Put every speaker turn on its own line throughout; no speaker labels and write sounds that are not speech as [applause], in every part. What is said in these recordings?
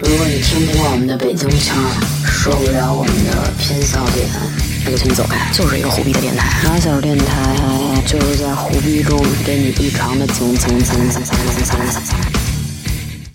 果你听不惯我们的北京腔儿，受不了我们的偏骚点，那就请你走开。就是一个虎逼的电台，马小电台就是在虎逼中给你异常的蹭蹭蹭蹭蹭蹭蹭蹭蹭。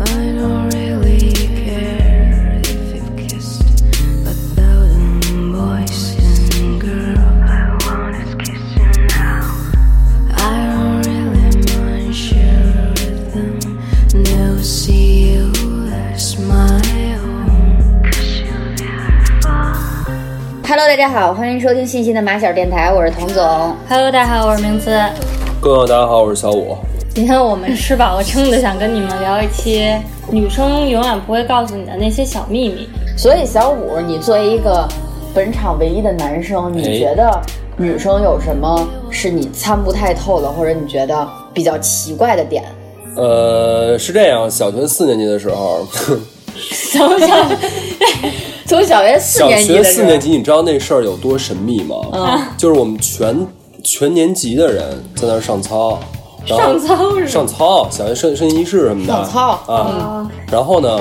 I don't really care if you've kissed a thousand boys and girls. I want is kissing now. I don't really mind sharing with them. Never see you as my home. Cause you'll never fall.
Hello，大家好，欢迎收听信息的马小电台，我是童总。
Hello，大家好，我是明姿。
各位大家好，我是小五。
今天我们吃饱了撑的，想跟你们聊一期女生永远不会告诉你的那些小秘密。
所以小五，你作为一个本场唯一的男生，你觉得女生有什么是你参不太透的，或者你觉得比较奇怪的点？
呃，是这样，小学四年级的时候，
想想，
从小学四
小
年级
学
的
四
时候嗯
年，级，你知道那事儿有多神秘吗？就是我们全全年级的人在那儿上操，然后
上操是
上操，小学升升旗仪式什么的，
上操嗯
啊。然后呢，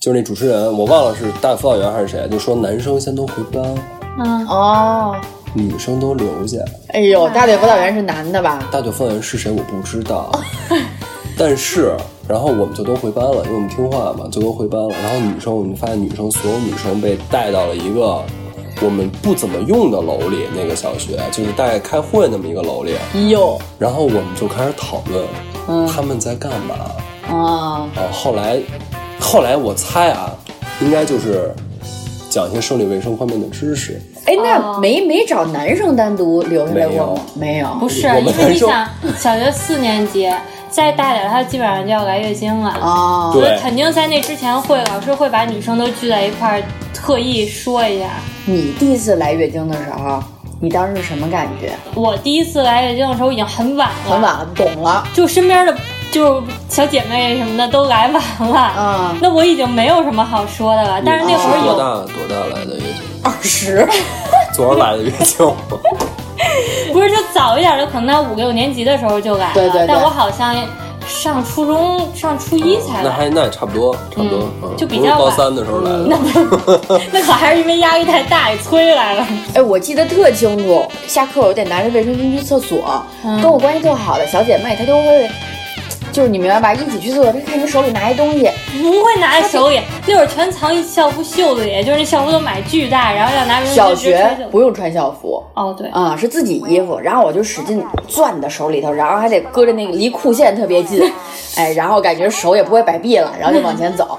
就是那主持人，我忘了是大辅导员还是谁，就说男生先都回班，
哦，
女生都留下。
哎呦，大队辅导员是男的吧？
大队辅导员是谁我不知道，啊 [laughs] 但是然后我们就都回班了，因为我们听话嘛，就都回班了。然后女生，我们发现女生所有女生被带到了一个我们不怎么用的楼里，那个小学就是大概开会那么一个楼里。
哟，
然后我们就开始讨
嗯
论，他们在干嘛。
啊，
然后后来，后来我猜啊，应该就是讲一些生理卫生方面的知识。
哎，那没没找男生单独留下来过吗？没有，
不是，
我们
因为
还
你
说
想，小学四年级，再大点儿，她基本上就要来月经了。
啊，
所
对
以肯定在哦那之前会，老师会把女生都聚在一块儿，特意说一下。
你第一次来月经的时候，你当时是什么感觉？
我第一次来月经的时候已经很晚了，
很晚了，懂了。
就身边的就小姐妹什么的都来晚了，
嗯
那我已经没有什么好说的了。但嗯是那会儿
多
有，
大多大来的月经？
二十，
昨儿来的月经。
不是就早一点的，可能到五六年级的时候就来了。
对对对
但我好像上初中上初一才
啊那
来，
还那也差不多，差不多，
嗯
嗯
就比
不是
较
高
晚嗯
三的时候来的。嗯
[laughs] 那可还是因为压力太大给催来了。
哎，我记得特清楚，下课我得拿着卫生巾去厕所，跟我关系特好的小姐妹，她就会，就是你明白吧，一起去厕所，她看你手里拿一东西，
不会拿在手里，那会儿全藏校服袖子里，就是那校服都买巨大，然后要拿卫生
小
巾直接
学
吹走。
不用穿校服。
哦，对，
啊、是自己衣服，然后我就使劲攥到手里头，然后还得搁着那个离裤线特别近，哎，然后感觉手也不会摆臂了，然后就往前走。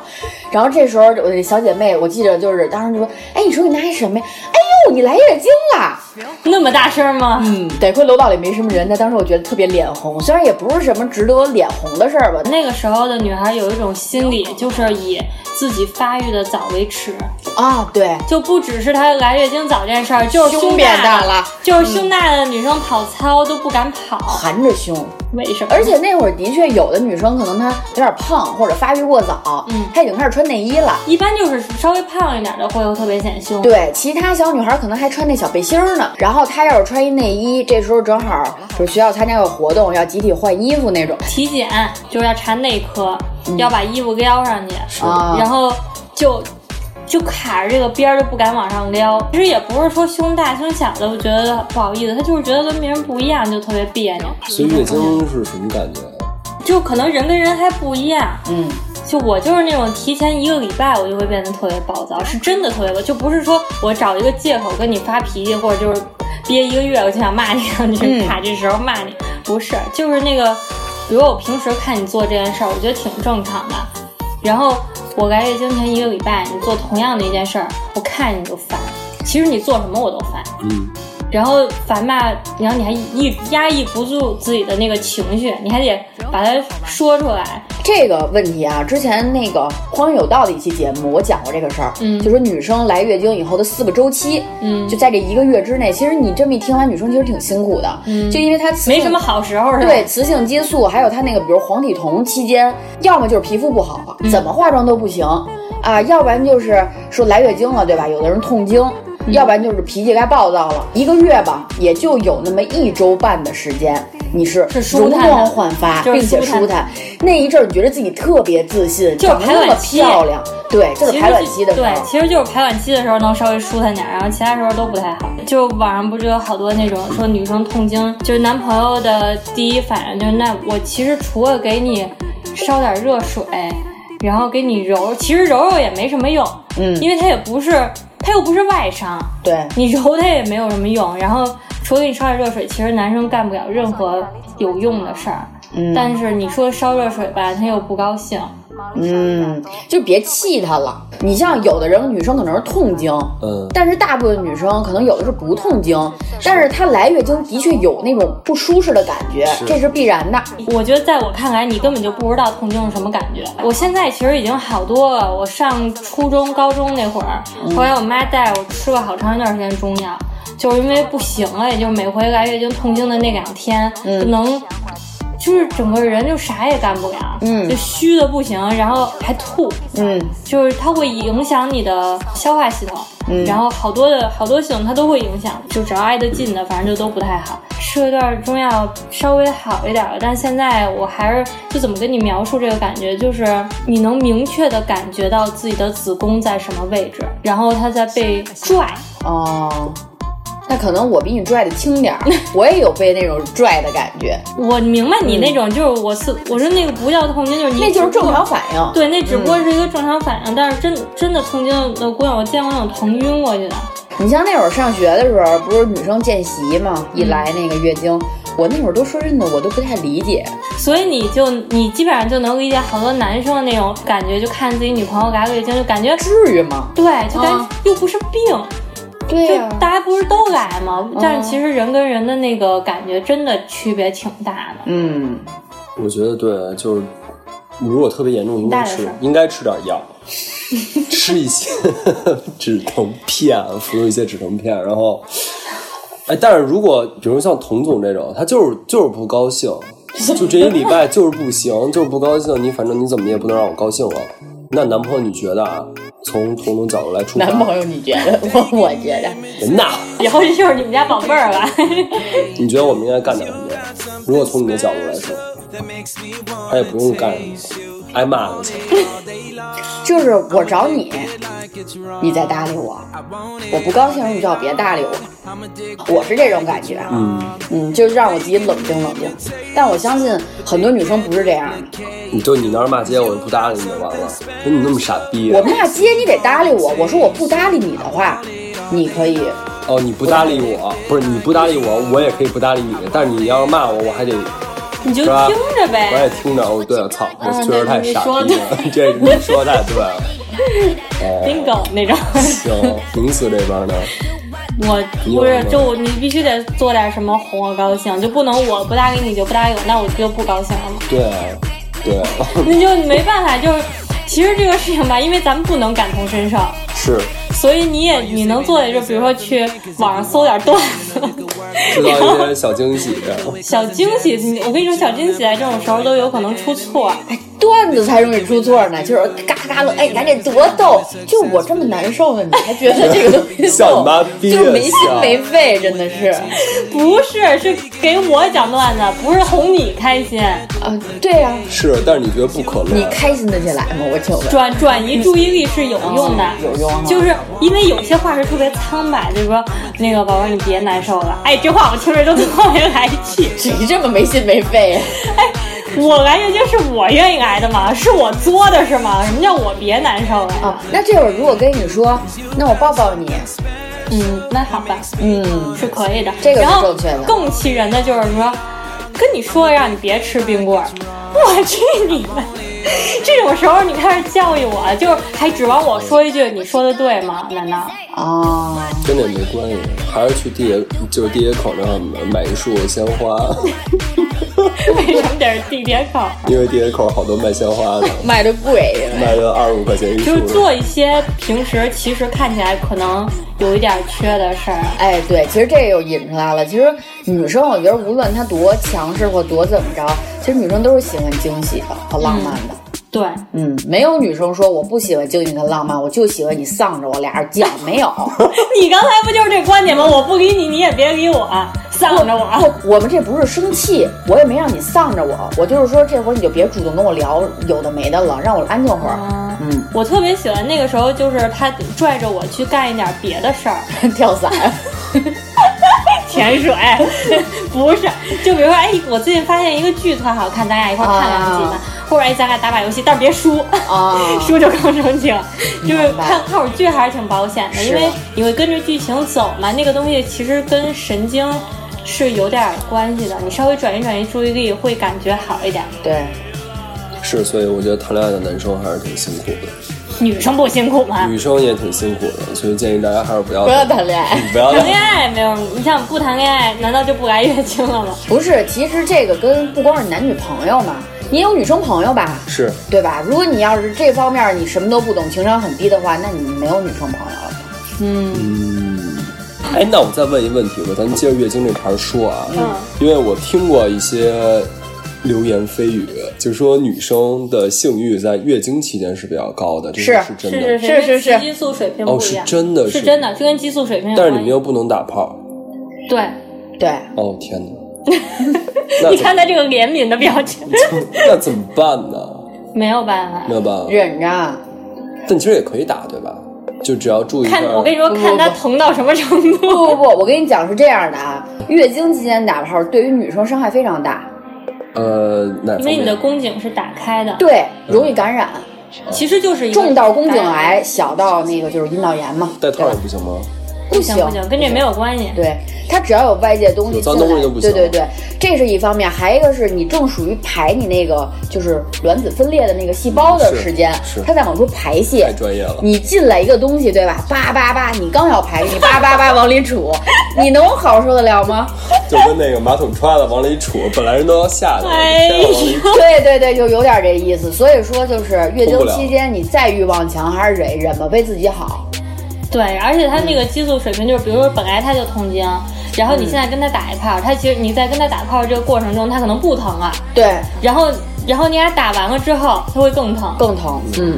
然后这时候我那小姐妹，我记着就是当时就说，哎，你手里拿一什么呀？哎呦，你来月经啦！
那么大声吗？
嗯，得亏楼道里没什么人，但当时我觉得特别脸红，虽然也不是什么值得我脸红的事儿吧。
那个时候的女孩有一种心理，就是以自己发育的早为耻。
啊，对，
就不只是她来月经早这件事儿，就是
胸
胸
变大
的
了
就是胸大的女生跑操都不敢跑，
含着胸，
为什么？
而且那会儿的确有的女生可能她有点胖或者发育过早，
嗯
她已经开始穿内衣了。
一般就是稍微胖一点的会特别显胸。，
对，其他小女孩可能还穿那小背心儿呢。然后她要是穿一内衣，这时候正好就是学校参加个活动，要集体换衣服那种
体检就是要查内科，要把衣服撩上去，
啊
然后就。就卡着这个边儿就不敢往上撩，其实也不是说胸大胸小的，我觉得不好意思，她就是觉得跟别人不一样，就特别别扭，
所以月经是什么感觉？啊
就可能人跟人还不一样。
嗯，
就我就是那种提前一个礼拜我就会变得特别暴躁，是真的特别暴，就不是说我找一个借口跟你发脾气，或者就是憋一个月我就想骂你，你就卡这时候骂你，不是，就是那个，比如我平时看你做这件事儿，我觉得挺正常的，然后我来月经哎前一个礼拜，你做同样的一件事儿，我看你就烦，其实你做什么我都烦，
嗯，
然后反骂，然后你还抑压抑不住自己的那个情绪，你还得把它说出来。
这个问题啊，之前那个《荒野有道》的一期节目，我讲过这个事儿，
嗯
就说女生来月经以后的四个周期，
嗯
就在这一个月之内，其实你这么一听完，女生其实挺辛苦的，嗯，就因为她雌性
没什么好时候是吧？
对，雌性激素，还有它那个，比如黄体酮期间，要么就是皮肤不好，
嗯
怎么化妆都不行啊，要不然就是说来月经了，对吧？有的人痛经，
嗯
要不然就是脾气该暴躁了。一个月吧，也就有那么一周半的时间，你是
是舒
容
坦的
光焕发，
就是
并且
舒坦
舒坦。那一阵儿，你觉得自己特别自信，
就是
长得
排
那
卵
么
期
漂亮，对，就是
其实
排卵期的时
对，
候。
其实就是排卵期的时候能稍微舒坦点儿，然后其他时候都不太好。就网上不就有好多那种说女生痛经，就是男朋友的第一反应就是那我其实除了给你烧点热水，然后给你揉，其实揉揉也没什么用，
嗯
因为它也不是它又不是外伤，
对，
你揉它也没有什么用。然后除了给你烧点热水，其实男生干不了任何有用的事儿。
嗯
但是你说烧热水吧，他又不高兴。
嗯，就别气她了。你像有的人，女生可能是痛经，
嗯，
但是大部分女生可能有的是不痛经，但是她来月经的确有那种不舒适的感觉，这是必然的。
我觉得在我看来，你根本就不知道痛经是什么感觉。我现在其实已经好多了。我上初中、高中那会儿，
嗯
后来我妈带我吃了好长一段时间中药，就是因为不行了，也就每回来月经痛经的那两天，
嗯
就能。就是整个人就啥也干不了，
嗯
就虚的不行，然后还吐，
嗯，
就是它会影响你的消化系统，
嗯
然后好多的好多系统它都会影响，就只要挨得近的，反正就都不太好。吃了段中药稍微好一点了，但现在我还是就怎么跟你描述这个感觉，就是你能明确的感觉到自己的子宫在什么位置，然后它在被拽，
哦。那可能我比你拽的轻点儿，我也有被那种拽的感 [laughs] 觉，
我明白你那种，就是我是我说那个不叫痛经，就是你
嗯那就是正常反应。
对，那只不过是一个正常反应，但是真真的痛经的姑娘，我见过那种疼晕过去的。
你像那会儿上学的时候，不是女生见习嘛，一来那个月经，我那会儿都说真的，我都不太理解。
所以你就你基本上就能理解好多男生的那种感觉，就看自己女朋友来月经，就感觉
至于吗？
对，就感觉、
啊
又不是病，
对啊
就大家不是都来吗？但是其实人跟人的那个感觉真的区别挺大的。
嗯，
我觉得对，啊就是如果特别严重，应该
大点
吃
声
应该吃点
[laughs]
药，吃一 [laughs] 些止疼片，啊服用一些止疼片，然后。哎，但是如果比如像童总这种，他就是就是不高兴，就这一礼拜就是不行，就是不高兴，你反正你怎么也不能让我高兴了。那男朋友你觉得啊？从童总角度来出发，
男朋友你觉得？我 [laughs] 我觉得，
那
以后这就是你们家宝贝儿了，
你觉得我们应该干点什么呀？如果从你的角度来说，他也不用干什么，挨骂就行。
就是我找你，你再搭理我，我不高兴你就要别搭理我，我是这种感觉，嗯嗯，就是让我自己冷静冷静。但我相信很多女生不是这样的，
你就你那儿骂街，我就不搭理你就完了。那你那么傻逼、啊
我骂街你得搭理我，我说我不搭理你的话，你可以
哦，你不搭理我，不是你不搭理我，我也可以不搭理你。但是你要是骂我，我还得
你就是
吧
听着
我
呗。
也听着。我对，啊操，
啊
我确实太傻
嗯
逼
对
了， [laughs] 这你说的太对了。
跟狗那种，
行，名词这边呢，
我
你有
不是
吗
就我你必须得做点什么哄我高兴，就不能我不搭理你就不搭理我，那我就不高兴了嘛。
对啊对
那就没办法，就是其实这个事情吧，因为咱们不能感同身受，
[laughs] 是，
所以你也你能做的就比如说去网上搜点段
[laughs]
子，
制造一些小惊喜。啊
小惊喜。你我跟你说，小惊喜在这种时候都有可能出错。
段子才容易出错呢，就是嘎嘎乐，哎，你看这多逗，就我这么难受呢，你还觉得这个东西
笑
逗
你妈，逼
就是没心
笑
没肺，真的是。
不是，是给我讲段子，不是哄你开心，
啊，对呀、
是，但是你觉得不可乐？啊
你开心的起来吗？我
[laughs]
请问。
转转移注意力是有用的，
有用啊
就是因为有些话是特别苍白，就是说那个宝宝你别难受了，哎，这话我听着都特别来气。
谁这么没心没肺啊呀、
哎，我来月经是我愿意来的吗？是我作的是吗？什么叫我别难受了？
啊，那这会儿如果跟你说，那我抱抱你，
嗯，那好吧，
嗯，
是可以的。
这个是
然后
正确的
更 [laughs] 气人的就是说，跟你说让你别吃冰棍儿，我去你的！这种时候你开始教育我，就是还指望我说一句你说的对吗？难道？
哦，
跟那没关系，还是去地铁，就是地铁口那儿买一束鲜花， [laughs]
为什么得是地铁
[laughs]
口？
因为地铁口好多卖鲜花
[laughs]
的，
卖的贵，
卖的二十五块钱一束。
就是做一些平时其实看起来可能有一点缺的事儿。
哎，对，其实这又引出来了。其实女生，我觉得无论她多强势或多怎么着，其实女生都是喜欢惊喜的和浪漫的。
对，
嗯，没有女生说我不喜欢惊喜跟浪漫，我就喜欢你丧着我俩人犟，没 [laughs] 有。
[laughs] 你刚才不就是这观点吗？我不理你，你也别理我，丧着我。
我们这不是生气，我也没让你丧着我，我就是说这会儿你就别主动跟我聊有的没的了，让我安静会儿。嗯，
我特别喜欢那个时候，就是他拽着我去干一点别的事儿，
[laughs] 跳伞， [laughs]
潜水， [laughs] 不是，就比如说，哎，我最近发现一个剧特好看，咱俩一块儿看两集吧，或者哎，咱俩打把游戏，但是别输，
啊
[laughs] 输就更生气了。就是
明白
看看会儿剧还是挺保险的，
是
因为你会跟着剧情走嘛，那个东西其实跟神经是有点关系的，你稍微转移转移注意力会感觉好一点。
对，
是，所以我觉得谈恋爱的男生还是挺辛苦的，
女生不辛苦吗？
女生也挺辛苦的，所以建议大家还是不要
不要谈恋爱。
[laughs] 不要
谈恋爱没有？你想不谈恋爱，难道就不来月经了吗？
不是，其实这个跟不光是男女朋友嘛，你也有女生朋友吧？
是
对吧？如果你要是这方面你什么都不懂，情商很低的话，那你没有女生朋友了。
哎，那我再问一问题吧，咱们接着月经这盘说啊，
嗯
因为我听过一些流言蜚语，就说女生的性欲在月经期间是比较高的，这
是
个是真的。
是
是
是
是是
激素水平
哦，
不一
是
样，
真的
是真的，就跟激素水平有
但是
关系。
你们又不能打炮。
对，
对，
哦，天哪！ [laughs] 那
[laughs]
怎么
你看他这个怜悯的表情，
那怎么办呢？
[laughs] 没有办法
没。有办法，
忍着。
但其实也可以打，对吧？就只要注意一下
看，我跟你说，
不不
看他疼到什么程
不不
度。
不，我跟你讲是这样的啊，月经期间打炮对于女生伤害非常大，
呃，哪方
因为你
面
的宫颈是打开的，
对，容易感染，
嗯
其实就是一个
重到宫颈癌，小到那个就是阴道炎嘛，
戴套也不行吗？
不
不行不行，跟这没有关系。
对，它只要有外界东西
有
进
脏
来，
东西就不行
对对对，这是一方面，还一个是你正属于排你那个就是卵子分裂的那个细胞的
是
时间
是，
它在往出排泄
太。专业了。
你进来一个东西，对吧？叭叭叭，你刚要排，你叭叭叭往
[laughs]
里杵，你能好受得了吗？
就跟那个马桶刷子往里杵，本来人都要下去了，
哎
非要往里杵
对对对，就有点这意思。所以说，就是月
控不
经
了
期间，你再欲望强，还是忍忍吧，为自己好。
对，而且他那个激素水平就是，比如说本来他就痛经，然后你
嗯
现在跟他打一炮，他其实你在跟他打炮这个过程中，他可能不疼了，
对，
然后然后你俩打完了之后，他会更疼。
更疼。嗯，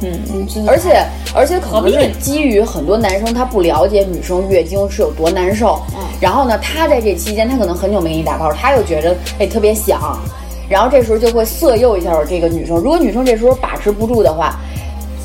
嗯，真的
而且而且可
何
能
必
是
呢
基于很多男生他不了解女生月经是有多难受，
嗯
然后呢，他在这期间他可能很久没给你打炮，他又觉得哎特别想，然后这时候就会色诱一下这个女生。如果女生这时候把持不住的话，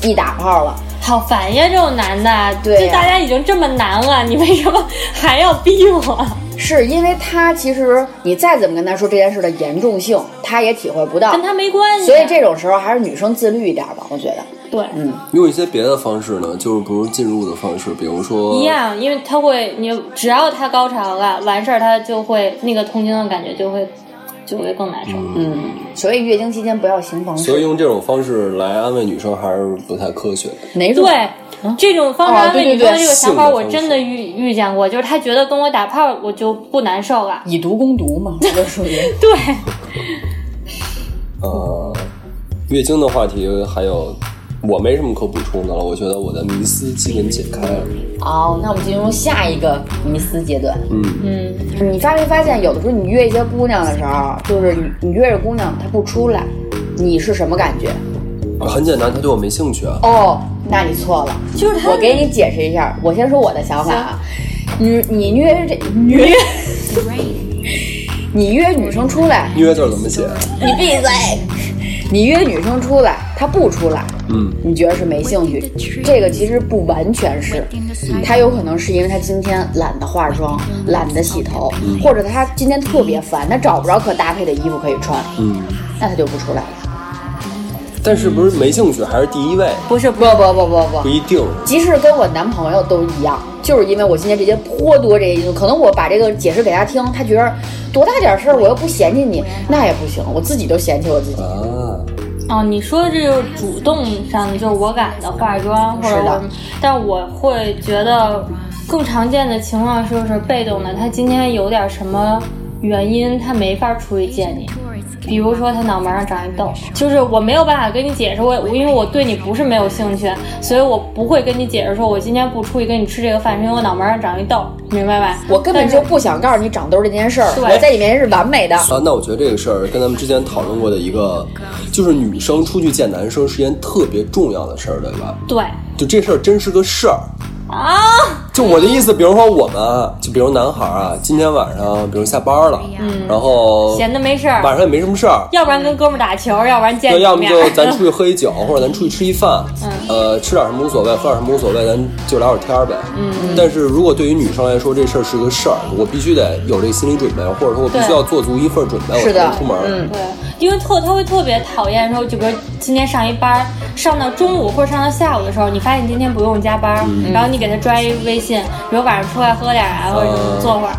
一打炮了，
好烦呀，这种男的，
对呀
就大家已经这么难了，你为什么还要逼我？
是因为他其实你再怎么跟他说这件事的严重性，他也体会不到
跟。他没关系。
所以这种时候还是女生自律一点吧，我觉得。嗯
对。
用一些别的方式呢，就是不是进入的方式，比如说
一样，因为他会，你只要他高潮了，完事儿他就会那个痛经的感觉就会，就会更难受。
嗯，所以月经期间不要行房
所以
事，
用这种方式来安慰女生还是不太科学的。
哪种？
对，这种方式
哦
安
对
慰
对
女生的
对
这个想
性
法，
的
我
方
真的
式
遇遇见过，就是他觉得跟我打炮我就不难受
[laughs]
了。
以毒攻毒嘛，这就属于。
对，
呃，月经的话题还有，我没什么可补充的了。我觉得我的迷思基本解开了。
好，那我们进入下一个迷思阶段。
嗯
你发没发现，有的时候你约一些姑娘的时候，就是你你约着姑娘她不出来，你是什么感觉？
很简单，他对我没兴趣啊。
哦，那你错了。
就是他
我给你解释一下，我先说我的想法啊。你你约这你约，你约女生出来，
约字儿怎么写？
你闭嘴。你约女生出来，她不出来，
嗯，
你觉得是没兴趣？这个其实不完全是，她有可能是因为她今天懒得化妆，懒得洗头，或者她今天特别烦，她找不着可搭配的衣服可以穿，
嗯，
那她就不出来了。
但是不是没兴趣还是第一位？
不是，不不不不
不
不，
一定。
即使跟我男朋友都一样，就是因为我今天这些颇多这些因素，可能我把这个解释给他听，他觉得多大点事儿，我又不嫌弃你，那也不行，我自己都嫌弃我自己。
啊，
哦，你说的这就是主动上的，就是我敢的化妆，或者
是的
我，但我会觉得更常见的情况就是被动的，他今天有点什么原因，他没法出去见你。比如说他脑门上长一痘，就是我没有办法跟你解释，我因为我对你不是没有兴趣，所以我不会跟你解释说我今天不出去跟你吃这个饭，是因为我脑门上长一痘，明白吧？
我根本就不想告诉你长痘这件事儿，
对
我在你面前是完美的。
啊，那我觉得这个事儿跟咱们之前讨论过的一个，就是女生出去见男生是件特别重要的事儿，对吧？
对
就这事儿真是个事儿。
啊，
就我的意思，比如说我们啊，就比如男孩儿啊，今天晚上比如下班了，然后
哎闲的没事儿，
晚上也没什么事儿，
要不然跟哥们儿打球，要不然见
对，
你
要么
面。
就咱出去喝一酒，或者咱出去吃一饭，呃，吃点什么无所谓，喝点什么无所谓，咱就聊会儿天儿呗。嗯。但是如果对于女生来说，这事儿是个事儿，我必须得有这个心理准备，或者说我必须
对
要做足一份准备，我
是
才
的
能出门。
嗯
对，因为特他会特别讨厌说，就比如今天上一班儿，上到中午或者上到下午的时候，你发现你今天不用加班儿，然后你给他拽一微信，比如晚上出来喝点儿啊，或者什么坐会儿。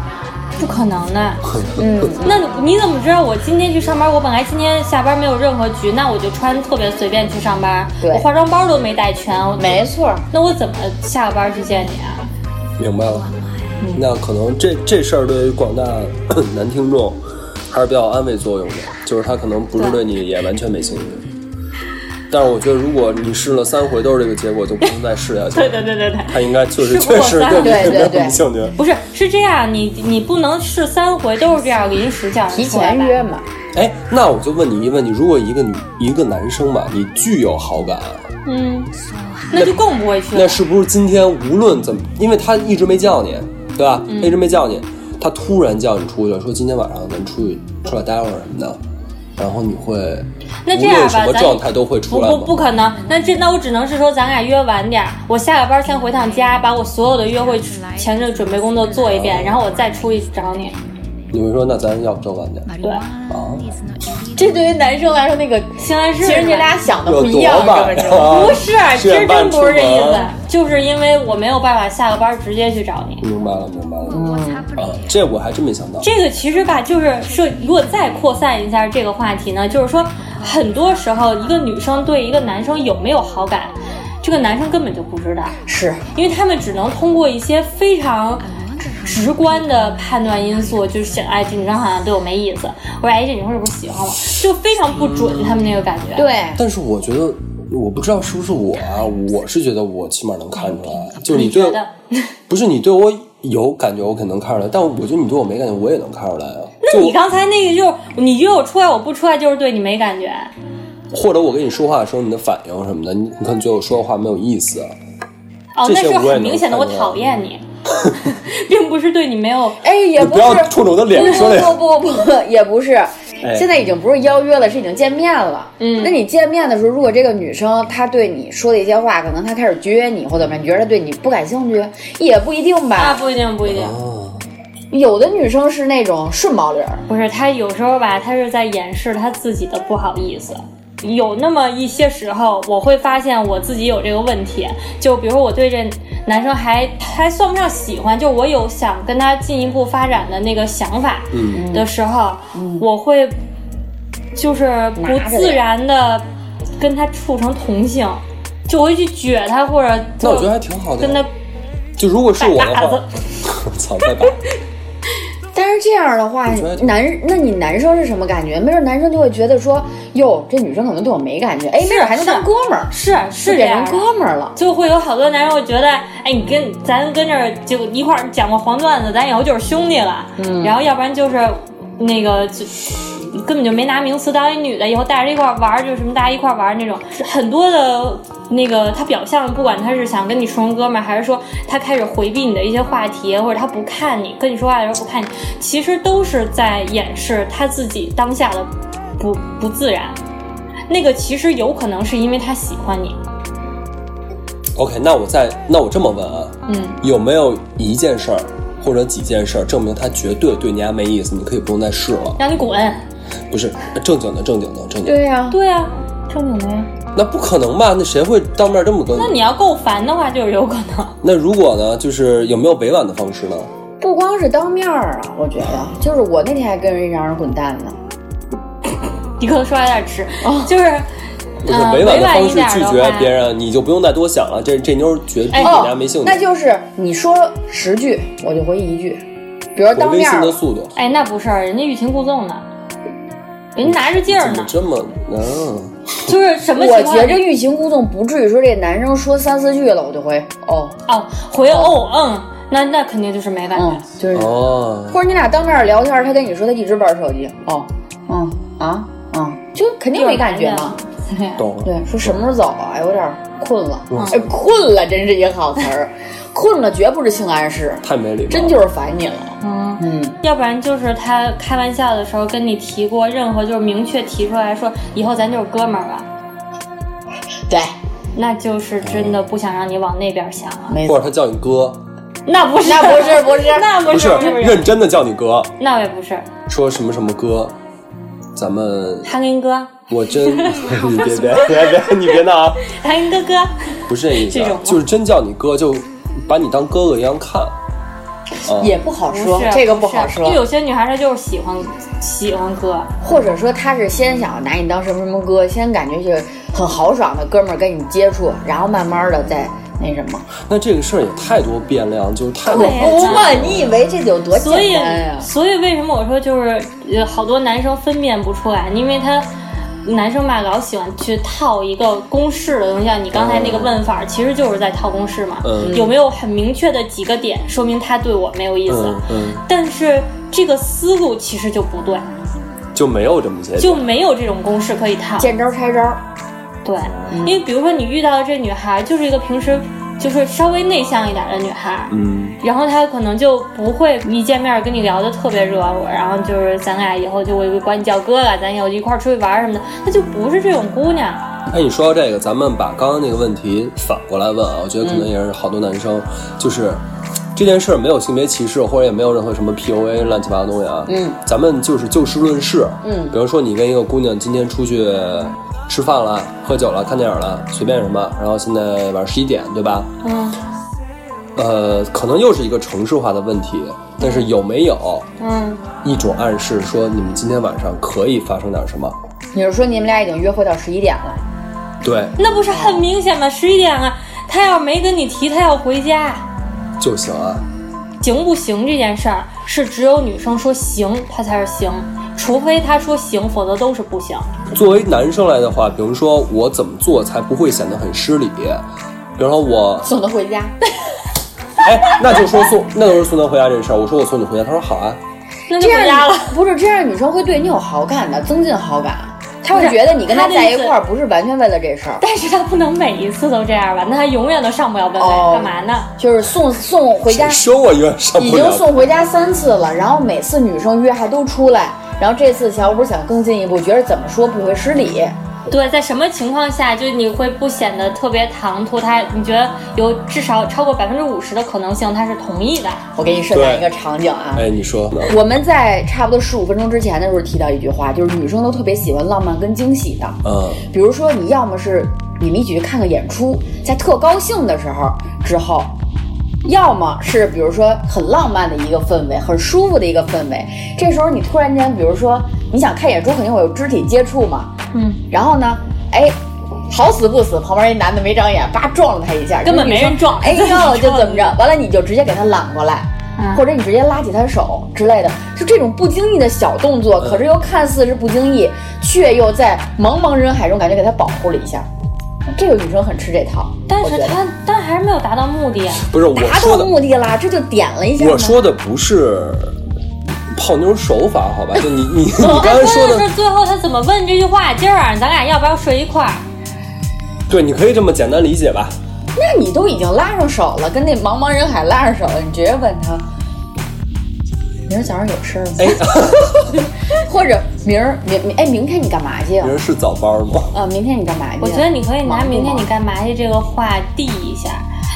不可能的，那你怎么知道我今天去上班？我本来今天下班没有任何局，那我就穿特别随便去上班，
对
我化妆包都没带全，我
没错，
那我怎么下个班去见你啊？
明白了。那可能这这事儿对于广大 [clears throat] 男听众还是比较安慰作用的，就是他可能不是对你也完全没兴趣。但是我觉得，如果你试了三回都是这个结果，就不能再试下去。
对对对对对。
他应该确实
试不
确
过
实
三
对
回
你没有
对对
什么兴趣。
不是，是这样，你你不能试三回都是这样临时叫人
提
出来
前
吧
约嘛。
哎，那我就问你一个问题：如果一个女一个男生吧，你具有好感，
嗯，那就更不会去了
那。是不是今天无论怎么，因为他一直没叫你，对吧？
嗯
一直没叫你，他突然叫你出去了，说今天晚上咱出去出来待会儿什么的，然后你会
那
无
这样
论什
吧，
么
咱
状态都会出
不
来
不
吗
不？可能。那这那我只能是说，咱俩约晚点儿，我下了班先回趟家，把我所有的约会前的准备工作做一
哦
遍，然后我再出去找你。
你会说那咱要不就晚点
对，
啊？
这对于男生来说，那个
性暗示。
其实你俩想的
有
不一
多
样，根
晚
本就。
啊？
不是，
[laughs] 七
其
点
实
半
真
出
不是这意思
门，
就是因为我没有办法下了班直接去找你。
明白了，明白了。啊，这我还真没想到。
这个其实吧，就是说，如果再扩散一下这个话题呢，就是说，很多时候一个女生对一个男生有没有好感，这个男生根本就不知道。
[laughs] 是，
因为他们只能通过一些非常直观的判断因素，就是想，哎，这女生好像对我没意思，我说，哎，这女生是不是喜欢我？就非常不准，他们那个感觉。，
对，
但是我觉得，我不知道是不是我啊，我是觉得我起码能看出来，就是你对
你觉得，
[laughs] 不是你对我有感觉，我肯定能看出来，但我觉得你对我没感觉，我也能看出来啊。就
你刚才那个就是你约我出来，我不出来就是对你没感觉。
或者我跟你说话的时候，你的反应什么的，你你可能觉得我说的话没有意思，啊
哦，
这
那
些
是
我也能
很明显的，
看
我
出来
讨厌你， [laughs] 并不是对你没有。
哎，也
你
不
不
是，
要冲着我的哎脸说
不
脸。
不不不不，也不是，现在已经不是邀约了，是已经见面了。
嗯
那你见面的时候，如果这个女生她对你说的一些话，可能她开始撅你或怎么样，你觉得她对你不感兴趣，也不一定
啊，
吧。
不一定，不一定，
啊，
有的女生是那种顺毛驴儿，
不是他有时候吧，他是在掩饰他自己的不好意思。有那么一些时候，我会发现我自己有这个问题，就比如我对这男生还还算不上喜欢，就我有想跟他进一步发展的那个想法
嗯
的时候，我会就是不自然的跟他处成同性，就会去撅他或者
那我觉得还挺好的
跟
呀。
他
就如果是我的
摆把
话
子，
[laughs] 操，拜拜。
但是这样的话
觉得，挺
男那你男生是什么感觉？没准男生就会觉得说，哟，这女生可能对我没感觉，哎，没准还能当哥们儿，
是
就是啊
这
变
样
成
的。
哥们儿了。
就会有好多男人会觉得，哎，你跟咱跟这儿就一块儿讲过黄段子，咱以后就是兄弟了。嗯，然后要不然就是那个就根本就没拿名词当一女的，以后带着一块儿玩儿，就是什么大家一块儿玩儿那种。很多的那个他表象，不管他是想跟你处成哥们儿，还是说他开始回避你的一些话题，或者他不看你跟你说话的时候不看你，其实都是在掩饰他自己当下的不不自然。那个其实有可能是因为他喜欢你，
OK，那我再，那我这么问啊，
嗯。
有没有一件事儿或者几件事儿证明他绝对对你家没意思？你可以不用再试了。
让你滚。
不是正经的，正经的，正经的。
对呀、
对啊，正经的呀。
那不可能吧？那谁会当面这么跟
那你要够烦的话，就是有可能。 [laughs]
那如果呢？就是有没有委婉的方式呢？
不光是当面儿啊，我觉得就是我那天还跟人嚷嚷滚蛋呢。
你可能说有点迟，就是
就是
嗯
委婉
委
的
婉
方
一
式
点儿
拒
的
绝
话
别人，你就不用再多想了。这这妞儿绝对对你家没兴趣。
那就是你说十句，我就回一句，比如
我
当
微
面
信
儿
的速度
哎，那不是，人家欲擒故纵呢，人家拿着劲儿
怎么
呢，
这么嗯？
就是什么
我
情况？
觉着欲擒故纵不至于说这男生说三四句了，我就回哦，
哦，回哦嗯，那那肯定就是没感
嗯
觉。，
就是，
哦，
或者你俩当面聊天，他跟你说他一直玩手机，哦，嗯啊嗯，就肯定没感觉嘛。
对呀，
懂了。
对，说什么时候走啊？有点困了，哎，困了真是一个好词儿，困了绝不是性暗示，
太没礼貌了，
真就是烦你了。
嗯。
嗯，
要不然就是他开玩笑的时候跟你提过任何，就是明确提出来说以后咱就是哥们儿吧，
对，
那就是真的不想让你往那边想了。
没
或
错，
者他叫你哥，
那不是，
那不是不是
那不
不
哎是，
是
不是，不是
认真的叫你哥，
那也不是。
说什么什么哥，咱们
他跟哥，
我真你别别别别你别闹啊！
他跟哥哥，
不是这意思
这种
啊
吗，
就是真叫你哥，就把你当哥哥一样看。
也不好
不
说
是，
这个不
是
好说
就。有些女孩她就是喜欢喜欢哥，
或者说他是先想拿你当什么什么哥，先感觉就是很豪爽的哥们儿跟你接触，然后慢慢的再那什么。
那这个事儿也太多变量，就是太多
对
好
不
处
嘛，
了
你以为这有多
所以
简单呀、
所以为什么我说就是呃好多男生分辨不出来，因为他。男生嘛，老喜欢去套一个公式的东西，像你刚才那个
嗯
问法，其实就是在套公式嘛。
嗯
有没有很明确的几个点，说明他对我没有意思？
嗯嗯，
但是这个思路其实就不对，
就没有这么些。
就没有这种公式可以套。
见招拆招，
对，
嗯
因为比如说你遇到的这女孩，就是一个平时就是稍微内向一点的女孩，
嗯，
然后她可能就不会一见面跟你聊的特别热乎，然后就是咱俩以后就会管你叫哥了，咱以后一块儿出去玩什么的，她就不是这种姑娘。
那你哎说到这个，咱们把刚刚那个问题反过来问啊，我觉得可能也是好多男生，就是这件事儿没有性别歧视，或者也没有任何什么 PUA 乱七八糟的东西啊。
嗯，
咱们就是就事论事。
嗯
比如说你跟一个姑娘今天出去吃饭了、喝酒了、看电影了，随便什么，然后现在晚上十一点，对吧？
嗯
呃，可能又是一个城市化的问题，但是有没有
嗯，
一种暗示说你们今天晚上可以发生点什么？
你是说你们俩已经约会到十一点了？
对，
那不是很明显吗？十一点了，她要没跟你提她要回家，
就行啊。
行不行这件事儿是只有女生说行，她才是行，除非她说行，否则都是不行。
作为男生来的话，比如说我怎么做才不会显得很失礼？比如说我，
送他回家，
[laughs] 哎，那就说送，那就是送他回家这事儿。我说我送你回家，他说好啊。
那就
这
回家
样
了。
你不是这样，女生会对你有好感的，增进好感，她会觉得你跟她
她的
在
意
一
思
块儿不是完全为了这事儿，
但是他不能每一次都这样吧？那他永远都上不了本位，
哦
干嘛呢？
就是送送回家，
说我永远上
已
不
经
了。
送回家三次了，然后每次女生约还都出来，然后这次小五想更进一步，觉得怎么说不会失礼，
对，在什么情况下就你会不显得特别唐突？他你觉得有至少超过百分之五十的可能性他是同意的。
我给你设想
对
一个场景啊。
哎，你说呢？
我们在差不多十五分钟之前的时候提到一句话，就是女生都特别喜欢浪漫跟惊喜的。
嗯，
比如说，你要么是你们一起去看个演出，在特高兴的时候之后，要么是比如说很浪漫的一个氛围，很舒服的一个氛围。这时候你突然间，比如说你想看演出，肯定会有肢体接触嘛。
嗯，
然后呢，哎。好死不死，旁边一男的没长眼，叭撞了他一下，
根本没人撞
哎呦，就怎么着？完了，你就直接给他揽过来，
嗯
或者你直接拉起他手之类的，就这种不经意的小动作，可是又看似是不经意，却又在茫茫人海中感觉给他保护了一下。这个女生很吃这套，
但
我
是
觉得
他但还是没有达到目的啊。
不是我
达
说
到
的，
目的啦，这就点了一下嘛。
我说的不是泡妞手法，好吧？就你你你
我
[laughs]
刚才说
说
的，
哎是最后他怎么问这句话？今儿晚上咱俩要不要睡一块儿？
对，你可以这么简单理解吧？
那你都已经拉上手了，跟那茫茫人海拉上手了，你直接问他，明儿早上有事儿吗？
哎，
[laughs] 或者明儿明明哎明天你干嘛去啊
别？人是早班吗？
啊，明天你干嘛去啊？
我觉得你可以拿
忙不
明天
忙
你干嘛去这个话递一下，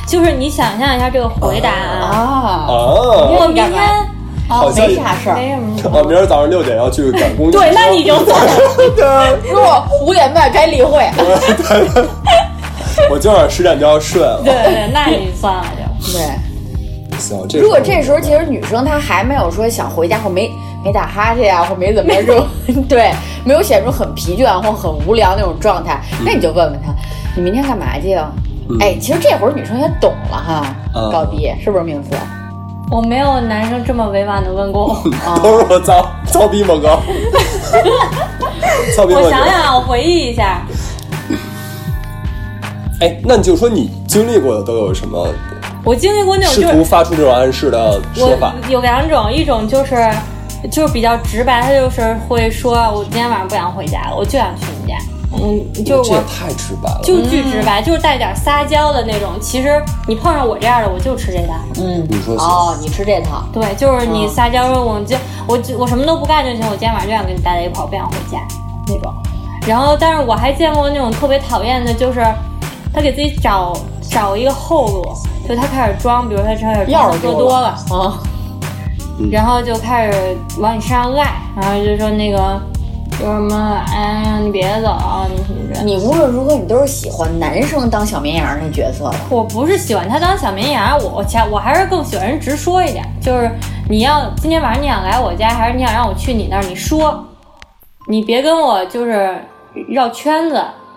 就是你想象一下这个回答啊。
啊，
啊，
我明
你干嘛
天
好像
没啥事儿。
没什么。
啊我明儿早上六点要去赶公交。
对，那你就走。
如果五点半该例会，
我今晚十点就要睡了。
对对，那你算了就。
对。
行，这
[laughs] 如果
是
这时候其实女生她还没有说想回家或没没打哈欠呀、或没怎么样这种， [laughs] 对，没有显出很疲倦或很无聊那种状态，那你就问问他，你明天干嘛去啊？哎，其实这会儿女生也懂了哈，
嗯
高低是不是名字？
我没有男生这么委婉的问过我。
都是我造造逼吗？
[laughs]
哥，造逼吗？
我想想，啊，我回忆一下，
哎，那你就说你经历过的都有什么
我经历过那种
试
就是
图发出这种暗示的说法
我？有两种，一种就是就是比较直白，他就是会说我今天晚上不想回家了，我就想去你家。嗯，就是
这
我
也太直白了。
就巨直白，就是带点撒娇的那种。其实你碰上我这样的，我就吃这套。
嗯，
你说
哦，你吃这套，
对，就是你撒娇说，我就我就我什么都不干就行，我今天晚上就想跟你待在一块儿，我不想回家那种。然后，但是我还见过那种特别讨厌的，就是他给自己找找一个后路，就他开始装，比如他开始
药
装
儿
喝
多
多了，
啊，
然后就开始往你身上赖，然后就说那个嗯说什么，哎呀，你别走，你什么的。
你无论如何你都是喜欢男生当小绵羊那角色的，
我不是喜欢他当小绵羊，我我前我还是更喜欢人直说一点，就是你要今天晚上你想来我家，还是你想让我去你那儿，你说，你别跟我就是绕圈子。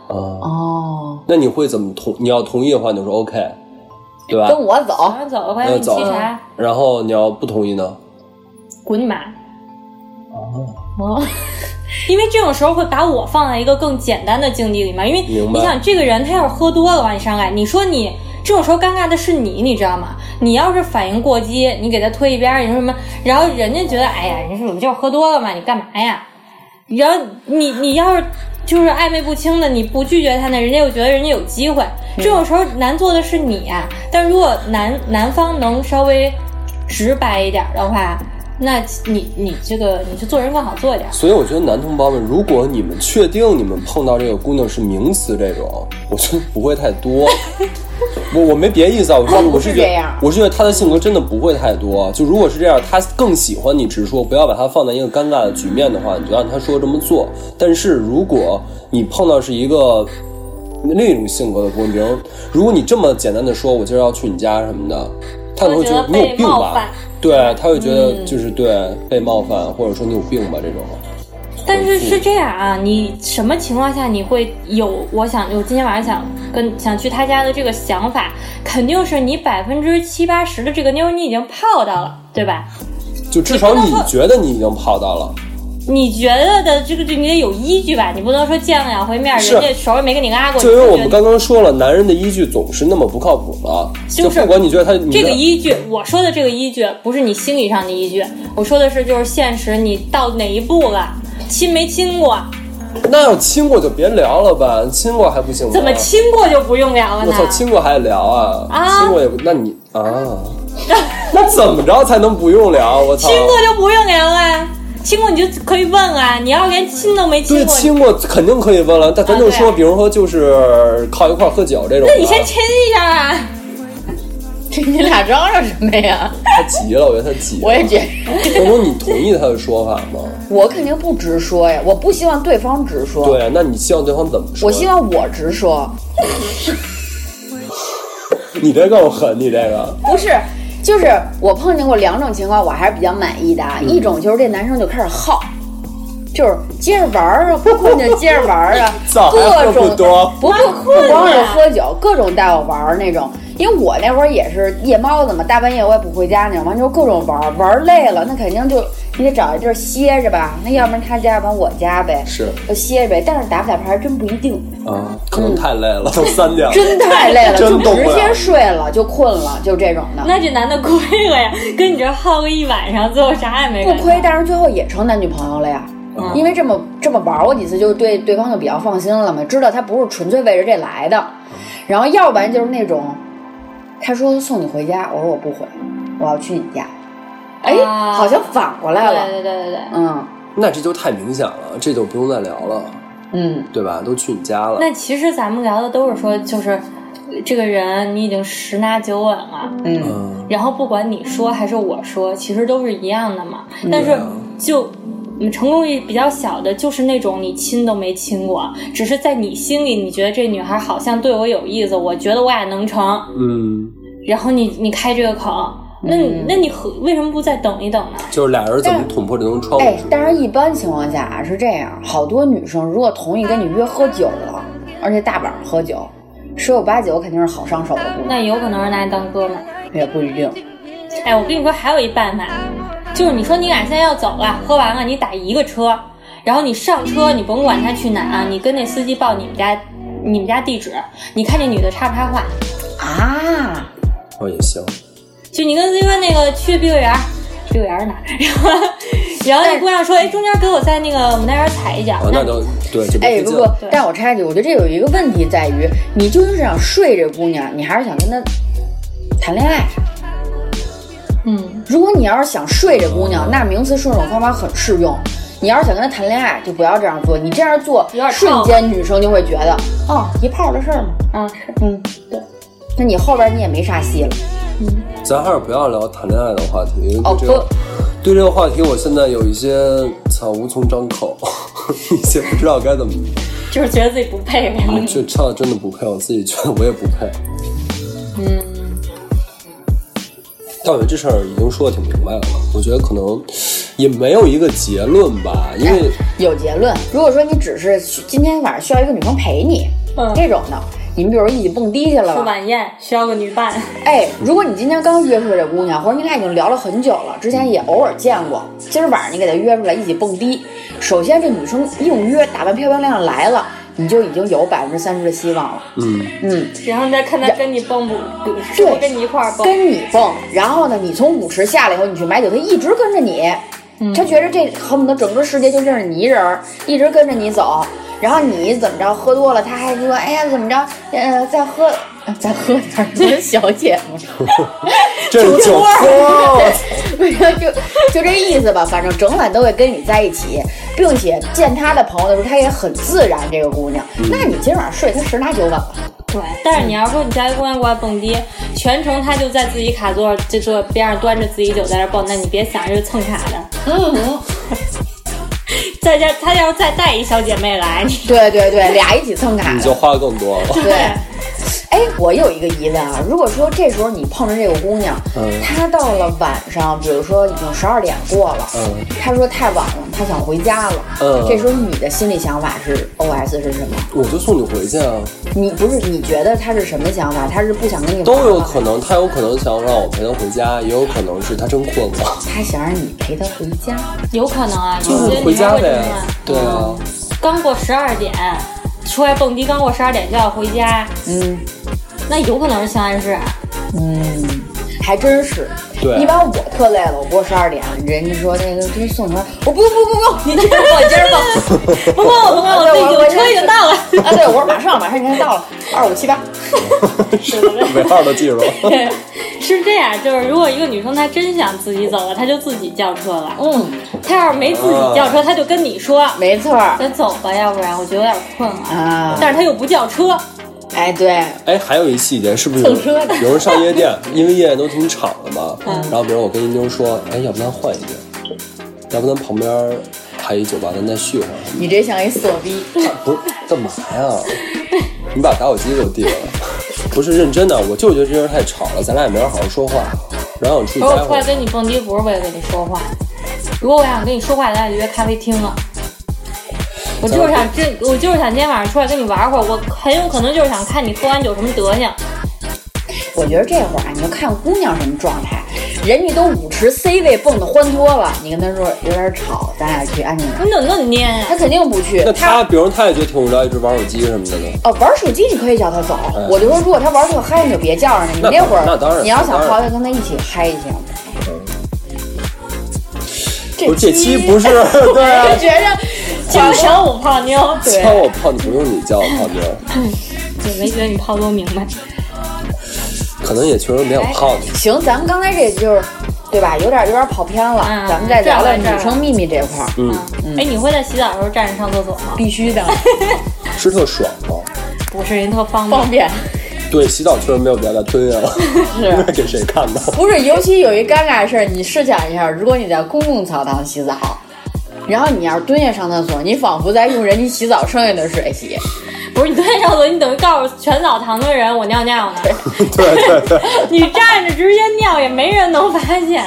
啊，
哦，
那你会怎么同？你要同意的话，你就说 OK，对吧
跟？我走 [laughs]
晚，上走了，回来
那
给
就走
你沏茶，。
然后你要不同意呢？
滚你妈！哦， [laughs] 因为这种时候会把我放在一个更简单的境地里嘛，因为
明白
你想这个人他要是喝多了往你上来，你说你这种时候尴尬的是你，你知道吗？你要是反应过激，你给他推一边儿，你说什么，然后人家觉得哎呀，你是你就是喝多了嘛，你干嘛呀？然后你你要是就是暧昧不清的，你不拒绝他呢，人家又觉得人家有机会。这种时候难做的是你啊，但如果男男方能稍微直白一点的话，那你你这个你就做人更好做一点。
所以我觉得男同胞们，如果你们确定你们碰到这个姑娘是名词这种， [laughs] 我觉得不会太多。我我没别意思啊，我是我是觉
这样
得，我是觉得他的性格真的不会太多。啊就如果是这样，他更喜欢你直说，不要把他放在一个尴尬的局面的话，你就让他说这么做。但是如果你碰到是一个另一种性格的姑娘，比如如果你这么简单的说，我今儿要去你家什么的，他可能会觉得
会觉
你
得
有
被
病
冒
吧
犯？
对，他会觉得就是对被冒犯，或者说你有病吧这种。
但是是这样啊，你什么情况下你会有我想我今天晚上想跟想去他家的这个想法，肯定是你百分之七八十的这个妞儿你已经泡到了，对吧？
就至少你觉得你已经泡到了，
你觉得的这个就你得有依据吧，你不能说见了两回面，
是
人家手也没给你拉过，
就因
你
为
就
我
觉
们
得
刚刚说了，男人的依据总是那么不靠谱的，
就是
不管你觉得他你
这
觉
个
得
依据，我说的这个依据不是你心理上的依据，我说的是就是现实，你到哪一步了，亲没亲过，
那要亲过就别聊了吧，亲过还不行吗？啊
怎么？亲过就不用聊了
我
呢？
操，亲过还聊啊？
啊
亲过也不那你啊，那怎么着才能不用聊？我操，
亲过就不用聊啊，亲过你就可以问啊，你要是连亲都没
对
亲过，
亲过肯定可以问了，但咱就说，
啊对
比如说就是靠一块儿喝酒这种的，啊
那你先亲一下啊。
这你俩嚷嚷什么呀？
他急了，我觉得他急了。
我也觉得，
那如果你同意他的说法
[laughs]
吗？
我肯定不直说呀，我不希望对方直说，
对，啊那你希望对方怎么说？
我希望我直说，
你这更狠，你这个。，
不是，就是我碰见过两种情况，我还是比较满意的啊。一种就是这男生就开始耗，就是接着玩儿啊，不困就接着玩儿啊
[laughs] 早还喝
各
不
种
多
不不不光是喝酒，各种带我玩儿那种。因为我那会儿也是夜猫子嘛，大半夜我也不回家那种，完之后各种玩儿，玩儿累了那肯定就你得找一地儿歇着吧，那要不然他家，要不然我家呗，
是
就歇着呗。但是打不打牌儿真不一定，
啊，可能太累了，都三点了。
真太累了，
真
就
动
直
不
接
了
睡了，就困了，就这种的。
那这男的亏了呀，跟你这耗个一晚上，最后啥也没
不
干
亏，但是最后也成男女朋友了呀。
嗯
因为这么这么玩过几次，就对对方就比较放心了嘛，知道他不是纯粹为了这来的。
嗯
然后要不然就是那种，他说送你回家，我说我不回，我要去你家。哎，
啊
好像反过来了。
对对对对对。
嗯
那这就太明显了，这就不用再聊了，
嗯，
对吧？都去你家了。
那其实咱们聊的都是说，就是呃这个人你已经十拿九稳了，
嗯，
然后不管你说还是我说，其实都是一样的嘛。但
对
是
啊
就。嗯，成功率比较小的，就是那种你亲都没亲过，只是在你心里，你觉得这女孩好像对我有意思，我觉得我俩能成，
嗯，
然后你你开这个口，那你那你何为什么不再等一等呢？
就是俩人怎么捅破这层
哦
窗户
哎
纸？，
但是一般情况下啊是这样，好多女生如果同意跟你约喝酒了，而且大板儿喝酒，十有八九肯定是好上手的姑
那有可能是拿你当哥们儿。
娘，也不一定。
哎，我跟你说，还有一办法，就是你说你俩现在要走了，喝完了，你打一个车，然后你上车，你甭管他去哪儿，你跟那司机报你们家你们家地址，你看这女的插不插话，
啊，
哦，也行。
就你跟司机说那个去碧桂园，碧桂园哪儿？ [laughs] 然后然后那姑娘说，哎，中间给我在那个牡丹园踩一脚，
哦，那就对，就
哎，
别
不
劲
不
了。，
但我插一句，我觉得这有一个问题在于，你究竟是想睡这姑娘，你还是想跟她谈恋爱？
嗯，
如果你要是想睡这姑娘，那名词顺手方法很适用。你要是想跟她谈恋爱，就不要这样做。你这样做
有点，
瞬
套
间女生就会觉得，哦，一泡的事儿嘛。
啊是，
嗯，对。那你后边你也没啥戏了。
咱还是不要聊谈恋爱的话题，因为
哦
对这个对这个话题，我现在有一些操无从张口， [laughs] 一些不知道该怎么。
就是觉得自己不配人家。
这唱的真的不配，我自己觉得我也不配。嗯，但我觉得这事儿已经说的挺明白了，我觉得可能也没有一个结论吧，因为
有结论。如果说你只是今天晚上需要一个女生陪你，
嗯
这种的，你们比如一起蹦迪去了
说
吧？
晚宴需要个女伴，
哎，如果你今天刚约出来这姑娘，或者你俩已经聊了很久了，之前也偶尔见过，今儿晚上你给她约出来一起蹦迪，首先这女生硬约打扮漂漂亮亮来了，你就已经有百分之三十的希望了。
嗯，
嗯，
然后你再看她跟你蹦不，是不是跟你一块儿蹦，
跟你蹦，然后呢，你从舞池下来以后，你去买酒，她一直跟着你，
嗯
她觉着这恨不得整个世界就认识你一人儿，一直跟着你走。然后你怎么着喝多了，她还说哎呀怎么着，呃再喝呃再喝 [laughs] 点儿，你是小姐吗？
[laughs]
这是酒托，
对， [laughs] 就就这意思吧，反正整晚都会跟你在一起，并且见她的朋友的时候，她也很自然。这个姑娘，
嗯
那你今晚上睡她十拿九稳了。
对，但是你要说你家一姑娘过来蹦迪，全程她就在自己卡座这桌边上端着自己酒在那蹦，那你别想着是蹭卡的。嗯。 [laughs] 再加她要是再带一小姐妹来，你
对对对， [laughs] 俩一起蹭卡
[laughs] 你
的
就。花更多了。 [laughs]
对，哎，我有一个疑问啊，如果说这时候你碰着这个姑娘，
嗯
她到了晚上，比如说已经十二点过了，
嗯
她说太晚了，她想回家了，
嗯
这时候你的心里想法是 O S 是什么？
我就送你回去啊，
你不是你觉得她是什么想法？她是不想跟你玩
都
了
有可能，他有可能想让我陪他回家，也有可能是他真困了，
她想让你陪她回家，
有可能啊，
就
有些
是 [laughs]
女
回
孩
家
会这
呗
样。。
对啊，
刚过十二点，出来蹦迪，刚过十二点就要回家，
嗯
那有可能是性
[laughs]
暗示啊。 [laughs]
嗯，还真是。
对啊
一般我特累了，我过十二点了，人家说那个给你送你回来，我不用不用不用，你今儿蹦，你今儿
[laughs]
蹦。
不过我不过
对
我
我
有车已经到了。
啊，对，我说马上马上，你看到了，二五七八。
嗯
[laughs] 尾号都记住了。
对， [laughs] 是这样，就是如果一个女生她真想自己走了，她就自己叫车了。
嗯，
她要是没自己叫车，她就跟你说
没错儿
咱走吧，要不然我觉得有点困了。
啊，
但是她又不叫车，
哎，对，
哎，还有一细节，是不是有
蹭车的
有人上夜店，因为夜店都挺吵的嘛？然后比如我跟一妞说，哎，要不咱换一个，要不咱旁边开一酒吧，咱再续上。
你这像一色逼。
不是干嘛呀？你把打火机给我递过来。 [laughs] 不是认真的，我就觉得这人太吵了，咱俩也没法好好说话。然后我出去
不是
待
我出
会
来
儿，
跟你蹦迪，不是为了跟你说话。如果我想跟你说话，咱俩约咖啡厅了。我就是想这，我就是想今天晚上出来跟你玩会儿。我很有可能就是想看你喝完酒什么德行。
我觉得这会儿啊，你就看姑娘什么状态，人家都舞池 C 位蹦的欢脱了，你跟她说有点吵，咱俩去安静点儿，
你怎么那么蔫呀、
她肯定不去
那。
她
他，比如他也觉得挺无聊，一直玩手机什么的呢。
哦，玩手机你可以叫她走，我就说如果她玩特嗨，你就别叫着她。你
哎那
会儿
那当然
你要想
那当
泡，
然
就跟她一起嗨一下。
不是这期不是对啊，
觉着
就想我泡妞，对
叫我泡你不用你叫我泡妞，
也没觉得你泡多明白。
可能也确实没有泡你。
行，咱们刚才这就是，对吧？有点有点跑偏了，
嗯
咱们再聊
这样吧
聊女
这样吧
生秘密这块儿，
嗯，
哎，你会在洗澡的时候站着上厕所吗？
必 [laughs] 须的，
是特爽吗？
不是，人特方便。
方便。
对，洗澡确实没有必要再蹲下了，是 [laughs] 给谁看的？
[laughs] 不是，尤其有一尴尬的事儿，你试想一下，如果你在公共澡堂洗澡，然后你要是蹲下上厕所，你仿佛在用人家洗澡剩下的水洗，
不是你昨天上厕所，你等于告诉全澡堂的人我尿尿呢，
[laughs] 对对对。
你站着直接尿也没人能发现，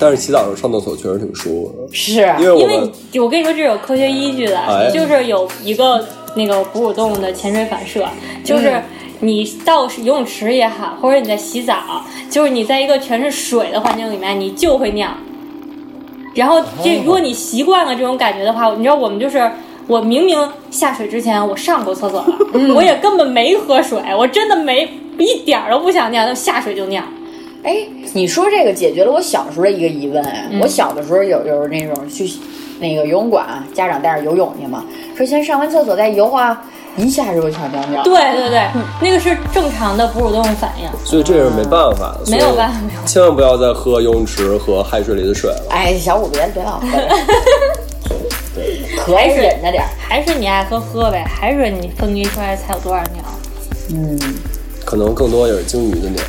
但是洗澡的时候上厕所确实挺舒服
是
的，因 [laughs] 为我
因为
们
你我跟你说这有科学依据的，
哎
就是有一个那个哺乳动物的潜水反射，
嗯
就是你到游泳池也好，或者你在洗澡，就是你在一个全是水的环境里面，你就会尿。然后这
哦
如果你习惯了这种感觉的话，你知道我们就是。我明明下水之前我上过厕所了，
嗯
我也根本没喝水，我真的没一点儿都不想尿，就下水就尿。
哎，你说这个解决了我小时候的一个疑问。哎
嗯
我小的时候有有那种去那个游泳馆，啊家长带着游泳去嘛，说先上完厕所再游啊，一下就想尿尿。
对对对，那个是正常的哺乳动物反应。
所以这是没办法的，所以
没有办法没有
千万不要再喝游泳池和海水里的水了。
哎，小五别别老喝了，可以忍着点儿。
还是你爱喝喝呗，还是你分泌出来才有多少尿。
可能更多也是鲸鱼的尿，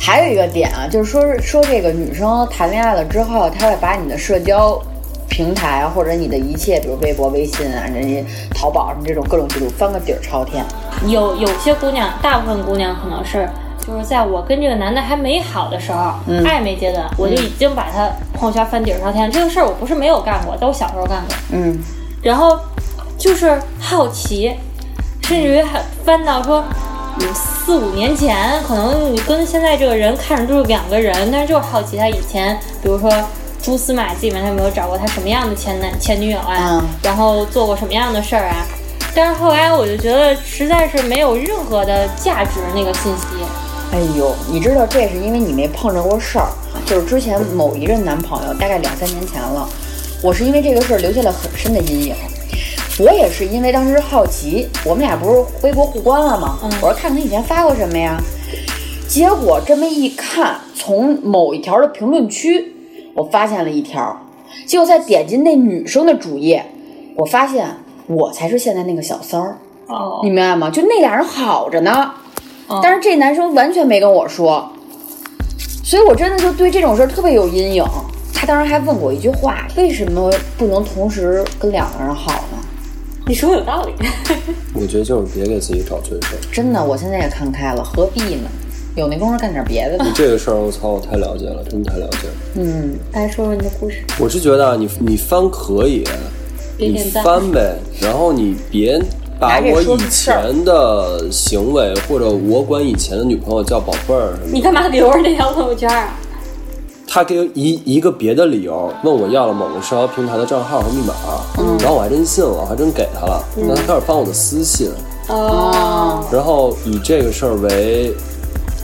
还有一个点啊，就是说说这个女生谈恋爱了之后，她会把你的社交平台啊或者你的一切，比如微博、微信啊，人家淘宝什么这种各种记录翻个底儿朝天。
有有些姑娘，大部分姑娘可能是，就是在我跟这个男的还没好的时候，暧昧阶段，我就已经把他朋友圈翻底儿朝天。这个事儿我不是没有干过，在我小时候干过。
嗯，
然后就是好奇，甚至于还翻到说，嗯，四五年前，可能你跟现在这个人看着就是两个人，但是就是好奇他以前，比如说蛛丝马迹里面，他有没有找过他什么样的前男前女友啊，
嗯
然后做过什么样的事儿啊。但是后来我就觉得实在是没有任何的价值那个信息，
哎呦，你知道这是因为你没碰着过事儿，就是之前某一任男朋友，大概两三年前了，我是因为这个事儿留下了很深的阴影。我也是因为当时好奇，我们俩不是微博互关了吗？我说看看他以前发过什么呀。结果这么一看，从某一条的评论区，我发现了一条，结果再点进那女生的主页，我发现我才是现在那个小三儿。
哦，
你明白吗？就那俩人好着呢，但是这男生完全没跟我说，所以我真的就对这种事儿特别有阴影。他当时还问我一句话：为什么不能同时跟两个人好呢？
你说有道理。
我觉得就是别给自己找罪受。
真的，我现在也看开了，何必呢？有那功夫干点别
[laughs]
的吧。
这个事儿，我操，我太了解了，真的太了解了。
嗯，
[laughs] 来说说你的故事，
我是觉得啊，你你翻可以，
别
你
点赞
翻呗，然后你别把
拿这
我
说
以
出事儿
前的行为或者我管以前的女朋友叫宝贝儿什么
你
的，
干嘛留着那条朋友圈啊？
她给一一个别的理由问我要了某个社交平台的账号和密码，然后我还真信了，我还真给她了，那她开始翻我的私信，
哦，
然后以这个事儿为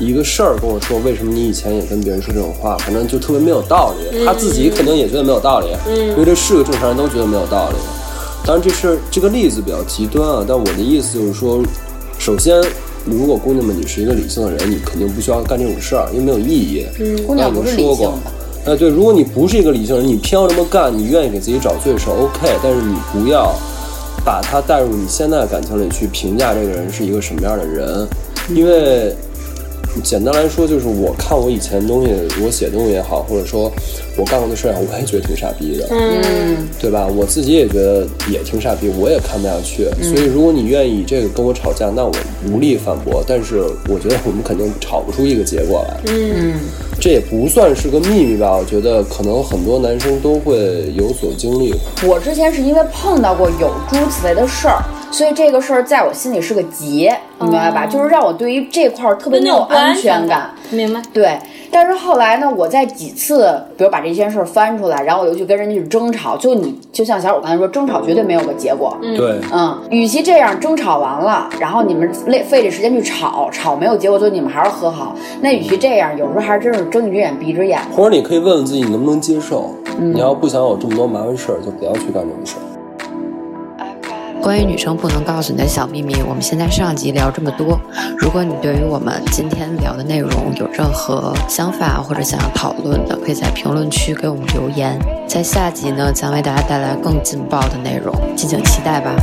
一个事儿跟我说，为什么你以前也跟别人说这种话，反正就特别没有道理。
嗯
他自己肯定也觉得没有道理，因为这是个正常人都觉得没有道理。当然，这是这个例子比较极端啊，但我的意思就是说，首先。如果姑娘们，你是一个理性的人，你肯定不需要干这种事儿，因为没有意义。嗯
姑娘不是理性
过
的，
哎，对，如果你不是一个理性人，你偏要这么干，你愿意给自己找罪受，OK，但是你不要把他带入你现在的感情里去评价这个人是一个什么样的人，
嗯
因为简单来说，就是我看我以前的东西，我写东西也好，或者说我干过的事儿也好，我也觉得挺傻逼的，
嗯，
对吧？我自己也觉得也挺傻逼，我也看不下去。
嗯
所以，如果你愿意这个跟我吵架，那我无力反驳，但是我觉得我们肯定吵不出一个结果来。
嗯
这也不算是个秘密吧？我觉得可能很多男生都会有所经历。
我之前是因为碰到过有诸此类的事儿，所以这个事儿在我心里是个结，你明白吧？就是让我对于这块儿特别
就
没
那
有
种不安
安全
全
感。
明白。
对，但是后来呢，我在几次，比如把这件事儿翻出来，然后我又去跟人家去争吵，就你就像小五刚才说，争吵绝对没有个结果。嗯
对，
与其这样争吵完了，然后你们累费这时间去吵，吵没有结果，就你们还是和好。那与其这样，有时候还真是睁一只眼闭一只眼。
或者你可以问问自己你能不能接受。你要不想有这么多麻烦事儿，就不要去干这种事儿。
关于女生不能告诉你的小秘密，我们现在上集聊这么多。如果你对于我们今天聊的内容有任何想法或者想要讨论的，可以在评论区给我们留言。在下集呢，将为大家带来更劲爆的内容，敬请期待吧。